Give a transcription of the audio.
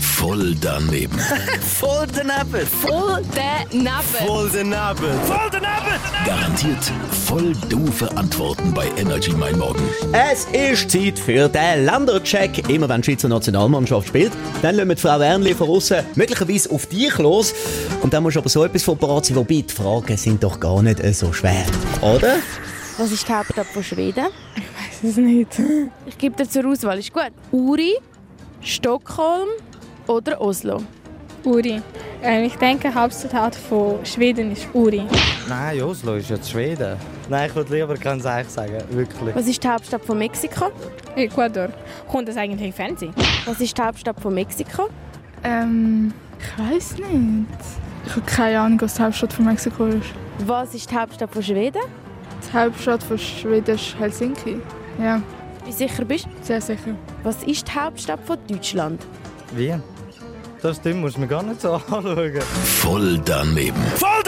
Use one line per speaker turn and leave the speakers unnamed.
Voll daneben.
Voll daneben.
Voll daneben.
Voll daneben. Voll daneben.
Garantiert voll doofe Antworten bei Energy Mein Morgen.
Es ist Zeit für den Ländercheck. Immer wenn die Schweizer Nationalmannschaft spielt, dann lassen wir die Frau Wernli von außen möglicherweise auf dich los. Und dann musst du aber so etwas vorbereitet sein, wobei die Fragen sind doch gar nicht äh, so schwer, oder?
Was ist die Hauptstadt von Schweden?
Das ist nicht.
Ich gebe dir zur Auswahl. Ist gut. Uri, Stockholm oder Oslo?
Uri. Ähm, Ich denke, Hauptstadt von Schweden ist Uri.
Nein, Oslo ist ja die Schweden. Nein, ich würde lieber ganz ehrlich sagen. Wirklich.
Was ist die Hauptstadt von Mexiko?
Ecuador. Kommt das eigentlich im Fernsehen?
Was ist die Hauptstadt von Mexiko?
Ähm, ich weiß nicht. Ich habe keine Ahnung, was die Hauptstadt von Mexiko ist.
Was ist die Hauptstadt von Schweden?
Die Hauptstadt von Schweden ist Helsinki. Ja,
Wie sicher bist du?
sehr sicher.
Was ist die Hauptstadt von Deutschland?
Wie? Das stimmt, musst du mir gar nicht so anschauen.
Voll daneben.
Voll